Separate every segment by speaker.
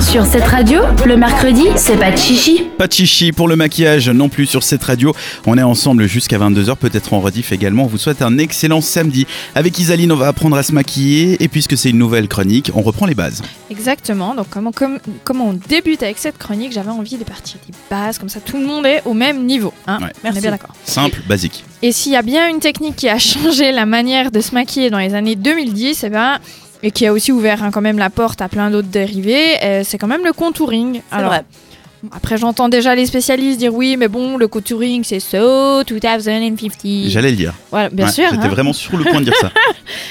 Speaker 1: Sur cette radio, le mercredi, c'est pas de chichi.
Speaker 2: Pas de chichi pour le maquillage non plus sur cette radio. On est ensemble jusqu'à 22h, peut-être en rediff également. On vous souhaite un excellent samedi. Avec Isaline, on va apprendre à se maquiller. Et puisque c'est une nouvelle chronique, on reprend les bases.
Speaker 3: Exactement. Donc, comment, comme, comment on débute avec cette chronique, j'avais envie de partir des bases, comme ça tout le monde est au même niveau. hein.
Speaker 2: Ouais.
Speaker 3: On est bien d'accord.
Speaker 2: Simple, basique.
Speaker 3: Et s'il y a bien une technique qui a changé la manière de se maquiller dans les années 2010, eh ben, et qui a aussi ouvert hein, quand même la porte à plein d'autres dérivés, euh, c'est quand même le contouring. Alors,
Speaker 4: vrai.
Speaker 3: Après, j'entends déjà les spécialistes dire oui, mais bon, le contouring, c'est so 2050.
Speaker 2: J'allais le dire.
Speaker 3: Voilà, bien
Speaker 2: Ouais,
Speaker 3: sûr.
Speaker 2: J'étais
Speaker 3: hein.
Speaker 2: vraiment sur le point de dire ça.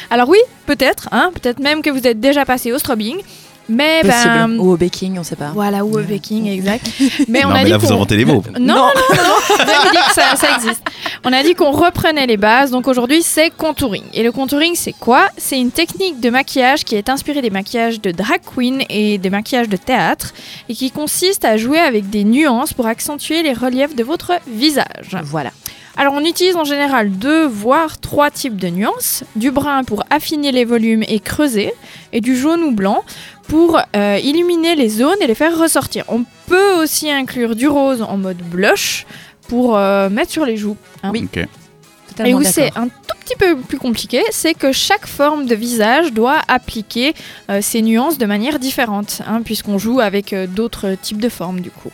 Speaker 3: Alors oui, peut-être, hein, peut-être même que vous êtes déjà passé au strobing, mais ben,
Speaker 4: Ou au baking, on sait pas.
Speaker 3: voilà, ou au baking, exact. Mais on
Speaker 2: non,
Speaker 3: a
Speaker 2: mais
Speaker 3: dit
Speaker 2: là, vous
Speaker 3: qu'on-
Speaker 2: inventez les mots.
Speaker 3: non, non, non, non, non, dit que ça, ça existe. On a dit qu'on reprenait les bases, donc aujourd'hui c'est contouring. Et le contouring c'est quoi C'est une technique de maquillage qui est inspirée des maquillages de drag queen et des maquillages de théâtre et qui consiste à jouer avec des nuances pour accentuer les reliefs de votre visage.
Speaker 4: Voilà.
Speaker 3: Alors on utilise en général deux voire trois types de nuances, du brun pour affiner les volumes et creuser, et du jaune ou blanc pour euh, illuminer les zones et les faire ressortir. On peut aussi inclure du rose en mode blush pour euh, mettre sur les joues.
Speaker 2: Ok.
Speaker 4: Totalement
Speaker 3: Et où
Speaker 4: d'accord.
Speaker 3: c'est un tout petit peu plus compliqué, c'est que chaque forme de visage doit appliquer euh, ses nuances de manière différente, hein, puisqu'on joue avec euh, d'autres types de formes du coup.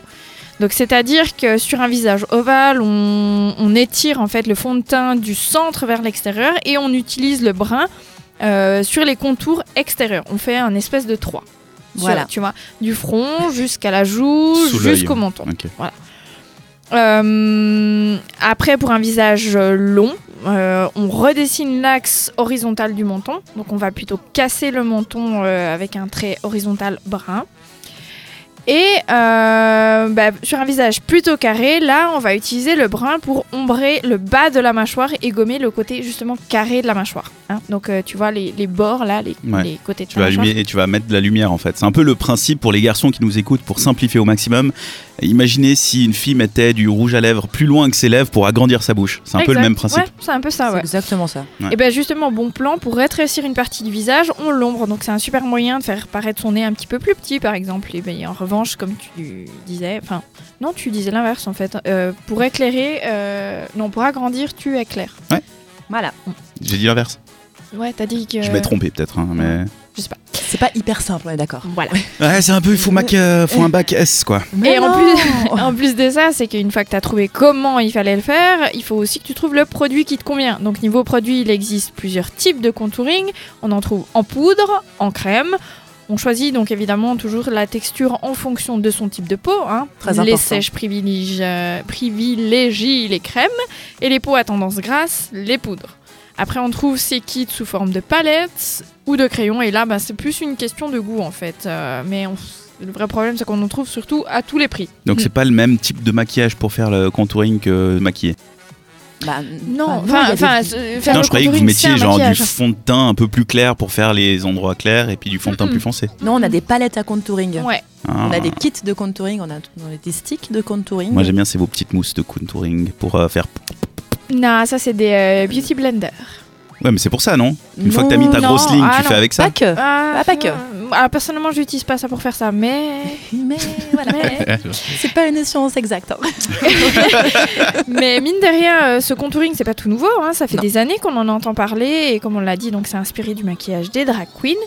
Speaker 3: Donc c'est-à-dire que sur un visage ovale, on, on étire en fait le fond de teint du centre vers l'extérieur et on utilise le brun euh, sur les contours extérieurs. On fait un espèce de trois. Sur-
Speaker 4: Voilà.
Speaker 3: tu vois, du front jusqu'à la joue,
Speaker 2: Sous l'œil.
Speaker 3: jusqu'au menton.
Speaker 2: Ok.
Speaker 3: Euh, après, pour un visage euh, long, euh, on redessine l'axe horizontal du menton. Donc, on va plutôt casser le menton euh, avec un trait horizontal brun. Et euh, bah, sur un visage plutôt carré, là, on va utiliser le brun pour ombrer le bas de la mâchoire et gommer le côté justement carré de la mâchoire. hein. Donc, euh, tu vois les, les bords là, les,
Speaker 2: Ouais.
Speaker 3: les côtés de
Speaker 2: Tu
Speaker 3: la
Speaker 2: vas,
Speaker 3: mâchoire.
Speaker 2: allumer, et tu vas mettre de la lumière en fait. C'est un peu le principe pour les garçons qui nous écoutent pour simplifier au maximum. Imaginez si une fille mettait du rouge à lèvres plus loin que ses lèvres pour agrandir sa bouche. C'est un peu le
Speaker 3: Exact.
Speaker 2: même principe.
Speaker 3: Ouais, c'est un peu ça,
Speaker 4: C'est
Speaker 3: ouais.
Speaker 4: exactement ça.
Speaker 2: Ouais.
Speaker 3: Et bien justement, bon plan, pour rétrécir une partie du visage, on l'ombre. Donc c'est un super moyen de faire paraître son nez un petit peu plus petit, par exemple. Et ben, en revanche, comme tu disais, enfin, non, tu disais l'inverse en fait. Euh, pour éclairer, euh, non, pour agrandir, tu éclaires.
Speaker 4: Voilà.
Speaker 2: J'ai dit l'inverse.
Speaker 3: Ouais, t'as dit que.
Speaker 2: Je m'ai trompé peut-être, hein, mais.
Speaker 4: C'est pas hyper simple, on est d'accord.
Speaker 3: Voilà.
Speaker 2: Ouais, c'est un peu, il faut, mac, euh, faut un bac S quoi.
Speaker 4: Mais
Speaker 3: Et en
Speaker 4: non
Speaker 3: plus, en plus de ça, c'est qu'une fois que tu as trouvé comment il fallait le faire, il faut aussi que tu trouves le produit qui te convient. Donc niveau produit, il existe plusieurs types de contouring. On en trouve en poudre, en crème. On choisit donc évidemment toujours la texture en fonction de son type de peau. hein.
Speaker 4: Très
Speaker 3: les
Speaker 4: important.
Speaker 3: sèches privilégient, euh, privilégient les crèmes et les peaux à tendance grasse, les poudres. Après, on trouve ces kits sous forme de palettes ou de crayons. Et là, bah, c'est plus une question de goût en fait. Euh, mais on- le vrai problème, c'est qu'on en trouve surtout à tous les prix.
Speaker 2: Donc
Speaker 3: Mm.
Speaker 2: c'est pas le même type de maquillage pour faire le contouring que maquiller.
Speaker 4: Bah, bah,
Speaker 3: Non,
Speaker 4: il y
Speaker 3: enfin,
Speaker 4: a
Speaker 3: enfin,
Speaker 4: des-
Speaker 3: euh, faire
Speaker 2: non,
Speaker 3: le
Speaker 2: je croyais que vous
Speaker 3: contouring,
Speaker 2: mettiez
Speaker 3: c'est un
Speaker 2: genre du
Speaker 3: maquillage.
Speaker 2: fond de teint un peu plus clair pour faire les endroits clairs et puis du fond de teint
Speaker 3: Mm-mm.
Speaker 2: plus foncé.
Speaker 4: non, on a des palettes à contouring.
Speaker 3: Ouais,
Speaker 2: Ah.
Speaker 4: On a des kits de contouring, on a, on a des sticks de contouring.
Speaker 2: Moi j'aime bien c'est vos petites mousses de contouring pour euh, faire.
Speaker 3: non, ça c'est des euh, beauty blender.
Speaker 2: Ouais, mais c'est pour ça non Une fois que t'as mis ta
Speaker 3: non,
Speaker 2: grosse ligne,
Speaker 3: ah
Speaker 2: tu fais
Speaker 3: non,
Speaker 2: avec ça.
Speaker 4: Pas que.
Speaker 3: Ah,
Speaker 4: Ah, pas que.
Speaker 3: non. Alors personnellement, j'utilise pas ça pour faire ça, mais
Speaker 4: Mais voilà,
Speaker 3: mais,
Speaker 4: c'est pas une assurance exacte. hein.
Speaker 3: mais mine de rien, euh, ce contouring c'est pas tout nouveau. hein. Ça fait
Speaker 4: Non.
Speaker 3: des années qu'on en entend parler et comme on l'a dit, donc c'est inspiré du maquillage des drag queens.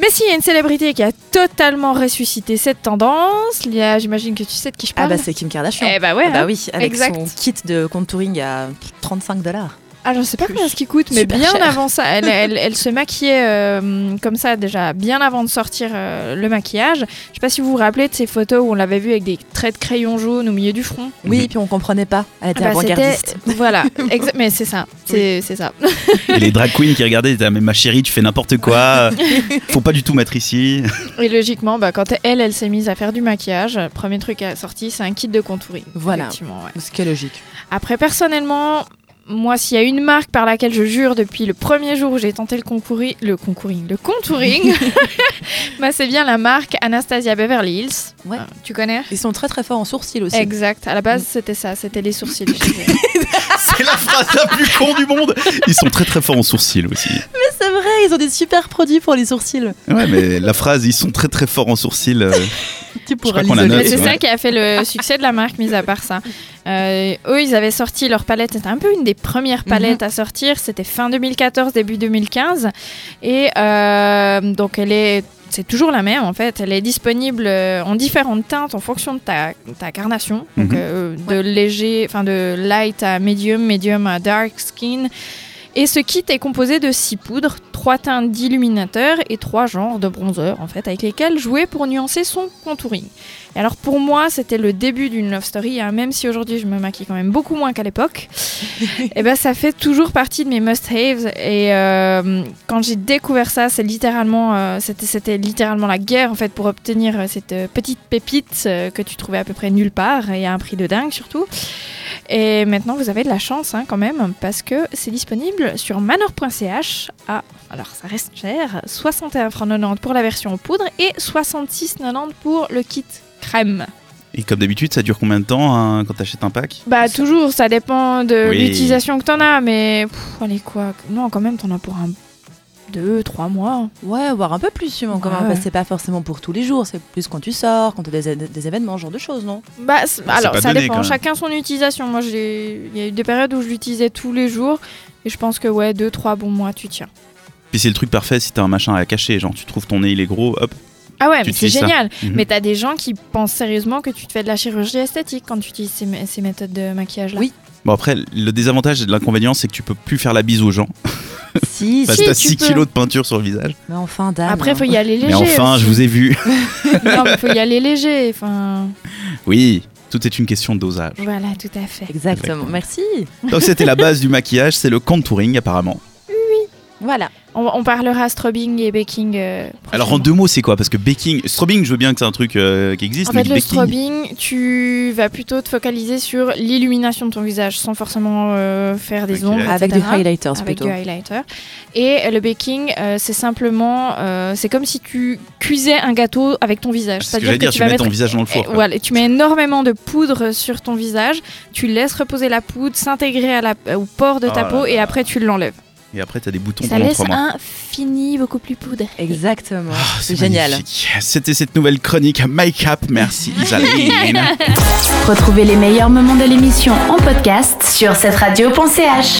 Speaker 3: Mais s'il y a une célébrité qui a totalement ressuscité cette tendance, il y a- j'imagine que tu sais de qui je
Speaker 4: Ah
Speaker 3: parle.
Speaker 4: bah c'est Kim Kardashian.
Speaker 3: eh bah ouais.
Speaker 4: Ah bah
Speaker 3: hein.
Speaker 4: oui, avec
Speaker 3: exact.
Speaker 4: son kit de contouring à 35 dollars.
Speaker 3: Ah, je sais pas
Speaker 4: Plus.
Speaker 3: combien ce qui coûte, mais
Speaker 4: Super
Speaker 3: bien
Speaker 4: cher.
Speaker 3: avant ça, elle, elle- elle se maquillait euh, comme ça déjà, bien avant de sortir euh, le maquillage. Je sais pas si vous vous rappelez de ces photos où on l'avait vue avec des traits de crayon jaune au milieu du front.
Speaker 4: Oui, puis on comprenait pas. Elle était
Speaker 3: Ah bah,
Speaker 4: avant-gardiste.
Speaker 3: voilà, Exa- mais c'est ça, c'est c'est ça.
Speaker 2: Et les drag queens qui regardaient étaient, ah, mais ma chérie, tu fais n'importe quoi. Faut pas du tout mettre ici.
Speaker 3: Et logiquement, bah, quand elle, elle s'est mise à faire du maquillage, le premier truc qui est sorti, c'est un kit de contouring.
Speaker 4: Voilà.
Speaker 3: Effectivement, ouais.
Speaker 4: Ce qui est logique.
Speaker 3: Après, personnellement, moi, s'il y a une marque par laquelle je jure depuis le premier jour où j'ai tenté le concouri, le concouring, le contouring, bah, c'est bien la marque Anastasia Beverly Hills.
Speaker 4: Ouais.
Speaker 3: Euh, tu connais Mm.
Speaker 4: Ils sont très très forts en sourcils aussi.
Speaker 3: Exact. À la base, c'était ça, c'était les sourcils. chez eux.
Speaker 2: C'est la phrase la plus con du monde. Ils sont très très forts en sourcils aussi.
Speaker 4: c'est vrai, ils ont des super produits pour les sourcils.
Speaker 2: Ouais, mais la phrase, ils sont très très forts en sourcils. euh,
Speaker 4: Tu
Speaker 2: crois qu'on la
Speaker 3: Mais
Speaker 2: note,
Speaker 3: c'est
Speaker 2: ouais.
Speaker 3: ça qui a fait le succès de la marque, mis à part ça. Euh, eux, ils avaient sorti leur palette, c'était un peu une des
Speaker 2: Mhm.
Speaker 3: premières palettes à sortir, c'était fin 2014, début 2015. Et euh, donc, elle est. C'est toujours la même en fait, elle est disponible euh, en différentes teintes en fonction de ta, ta carnation, donc
Speaker 2: Mhm.
Speaker 3: euh, de léger, enfin de light à medium, medium à dark skin. Et ce kit est composé de six poudres, trois teintes d'illuminateurs et trois genres de bronzers en fait, avec lesquels jouer pour nuancer son contouring. Et alors pour moi, c'était le début d'une love story, hein, même si aujourd'hui je me maquille quand même beaucoup moins qu'à l'époque. et ben ça fait toujours partie de mes must-haves. Et euh, quand j'ai découvert ça, c'est littéralement, euh, c'était, c'était littéralement la guerre en fait pour obtenir euh, cette euh, petite pépite euh, que tu trouvais à peu près nulle part et à un prix de dingue surtout. Et maintenant vous avez de la chance hein, quand même parce que c'est disponible sur manor.ch à alors ça reste cher, 61,90 pour la version en poudre et 66,90 pour le kit crème.
Speaker 2: Et comme d'habitude, ça dure combien de temps hein, quand t'achètes un pack
Speaker 3: Bah toujours, ça dépend de
Speaker 2: Oui.
Speaker 3: l'utilisation que t'en as, mais pff, allez quoi, non quand même t'en as pour un, deux, trois mois.
Speaker 4: Ouais, voire un peu plus, sûrement, quand même,
Speaker 3: Ouais.
Speaker 4: parce que c'est pas forcément pour tous les jours, c'est plus quand tu sors, quand tu as des, des événements, ce genre de choses, non
Speaker 3: Bah c-
Speaker 2: Bah, c'est
Speaker 3: alors
Speaker 2: pas
Speaker 3: ça
Speaker 2: donné, quand
Speaker 3: dépend,
Speaker 2: même.
Speaker 3: chacun son utilisation. Moi j'ai, il y a eu des périodes où je l'utilisais tous les jours et je pense que ouais deux, trois bons mois tu tiens.
Speaker 2: Puis c'est le truc parfait si t'as un machin à cacher, genre tu trouves ton nez, il est gros, hop.
Speaker 3: Ah ouais,
Speaker 2: Tu
Speaker 3: mais c'est
Speaker 2: utilises ça.
Speaker 3: génial.
Speaker 2: Mhm.
Speaker 3: Mais t'as des gens qui pensent sérieusement que tu te fais de la chirurgie esthétique quand tu utilises ces, mé- ces méthodes de maquillage là.
Speaker 4: Oui.
Speaker 2: Bon après, le désavantage et l'inconvénient, c'est que tu peux plus faire la bise aux gens
Speaker 4: Si,
Speaker 2: parce
Speaker 3: Si,
Speaker 2: que t'as
Speaker 3: tu
Speaker 2: 6
Speaker 3: peux.
Speaker 2: kilos de peinture sur le visage.
Speaker 4: mais enfin, dame.
Speaker 3: Après
Speaker 4: hein.
Speaker 3: faut y aller léger.
Speaker 2: Mais enfin,
Speaker 3: aussi.
Speaker 2: je vous ai vu.
Speaker 3: Non, mais faut y aller léger. Enfin,
Speaker 2: Oui, tout est une question de dosage.
Speaker 3: voilà, tout à fait.
Speaker 2: Exactement.
Speaker 4: Exactement, merci.
Speaker 2: Donc c'était la base du maquillage, c'est le contouring apparemment.
Speaker 4: Voilà.
Speaker 3: On, on parlera strobing et baking. euh,
Speaker 2: Alors en deux mots, c'est quoi Parce que baking, strobing, je veux bien que c'est un truc euh, qui existe,
Speaker 3: En
Speaker 2: mais
Speaker 3: fait, le
Speaker 2: baking.
Speaker 3: strobing, tu vas plutôt te focaliser sur l'illumination de ton visage sans forcément euh, faire des
Speaker 2: Ok.
Speaker 3: ombres.
Speaker 2: Etc.
Speaker 4: Avec des highlighters
Speaker 3: Avec
Speaker 4: plutôt.
Speaker 3: du highlighter. Et euh, le baking, euh, c'est simplement. euh, c'est comme si tu cuisais un gâteau avec ton visage.
Speaker 2: C'est ce que j'allais dire, tu,
Speaker 3: vas
Speaker 2: mets
Speaker 3: mettre
Speaker 2: ton visage dans le four.
Speaker 3: Et
Speaker 2: quoi.
Speaker 3: voilà, tu mets énormément de poudre sur ton visage, tu laisses reposer la poudre, s'intégrer à la- au port de ta
Speaker 2: Oh
Speaker 3: peau
Speaker 2: là
Speaker 3: et
Speaker 2: là.
Speaker 3: après tu l'enlèves.
Speaker 2: Et après, t'as des boutons
Speaker 3: Ça
Speaker 2: pendant
Speaker 3: laisse
Speaker 2: trois mois.
Speaker 3: un fini beaucoup plus poudré.
Speaker 4: Exactement.
Speaker 2: Ah,
Speaker 4: c'est génial.
Speaker 2: magnifique. C'était cette nouvelle chronique Make Up. Merci Isaline.
Speaker 1: Retrouvez les meilleurs moments de l'émission en podcast sur cette radio.ch.